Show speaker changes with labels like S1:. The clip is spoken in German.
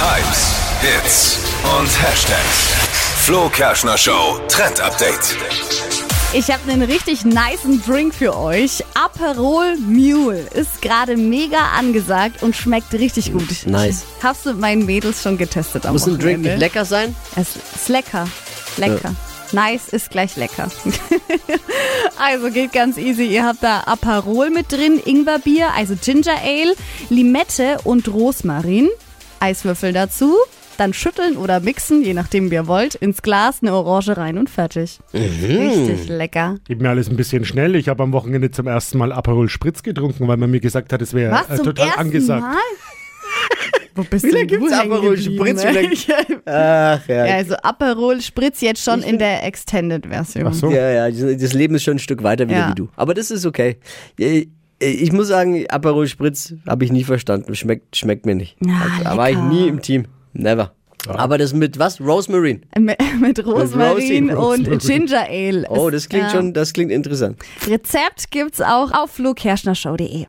S1: Hypes, Hits und Hashtags. Flo Kerschner Show Trend Update.
S2: Ich habe einen richtig niceen Drink für euch. Aperol Mule ist gerade mega angesagt und schmeckt richtig gut.
S3: Nice.
S2: Ich hab's mit meinen Mädels schon getestet am
S3: Muss ein Drink nicht
S2: Wochenende.
S3: lecker sein?
S2: Es ist lecker. Lecker. Nice ist gleich lecker. also geht ganz easy. Ihr habt da Aperol mit drin, Ingwerbier, also Ginger Ale, Limette und Rosmarin, Eiswürfel dazu. Dann schütteln oder mixen, je nachdem wie ihr wollt, ins Glas eine Orange rein und fertig.
S3: Mhm.
S2: Richtig lecker.
S4: Geht mir alles ein bisschen schnell. Ich habe am Wochenende zum ersten Mal Aperol Spritz getrunken, weil man mir gesagt hat, es wäre
S2: Was
S4: äh,
S2: zum
S4: total
S2: ersten
S4: angesagt.
S2: Mal? Wo bist
S3: lange
S2: denn du
S3: gibt's
S2: hängen
S3: Aperol
S2: geblieben,
S3: Spritz? Wie
S2: ey?
S3: lange-
S2: Ja,
S3: Ach ja.
S2: Also Aperol Spritz jetzt schon in der Extended-Version.
S4: Ach so.
S3: Ja, ja, das Leben ist schon ein Stück weiter wieder
S2: Ja.
S3: wie du. Aber das ist okay. Äh, Ich muss sagen, Aperol Spritz habe ich nie verstanden. Schmeckt, schmeckt mir nicht.
S2: Ja,
S3: Also, da war ich
S2: lecker.
S3: nie im Team. Never. Aber das mit was? Rosmarin.
S2: Mit, mit Rosmarin
S3: Rosin.
S2: und
S4: Rosmarin.
S2: Ginger Ale. äh,
S3: Oh, das klingt
S2: Ja.
S3: schon, das klingt interessant.
S2: Rezept gibt's auch auf flokerschnershow.de.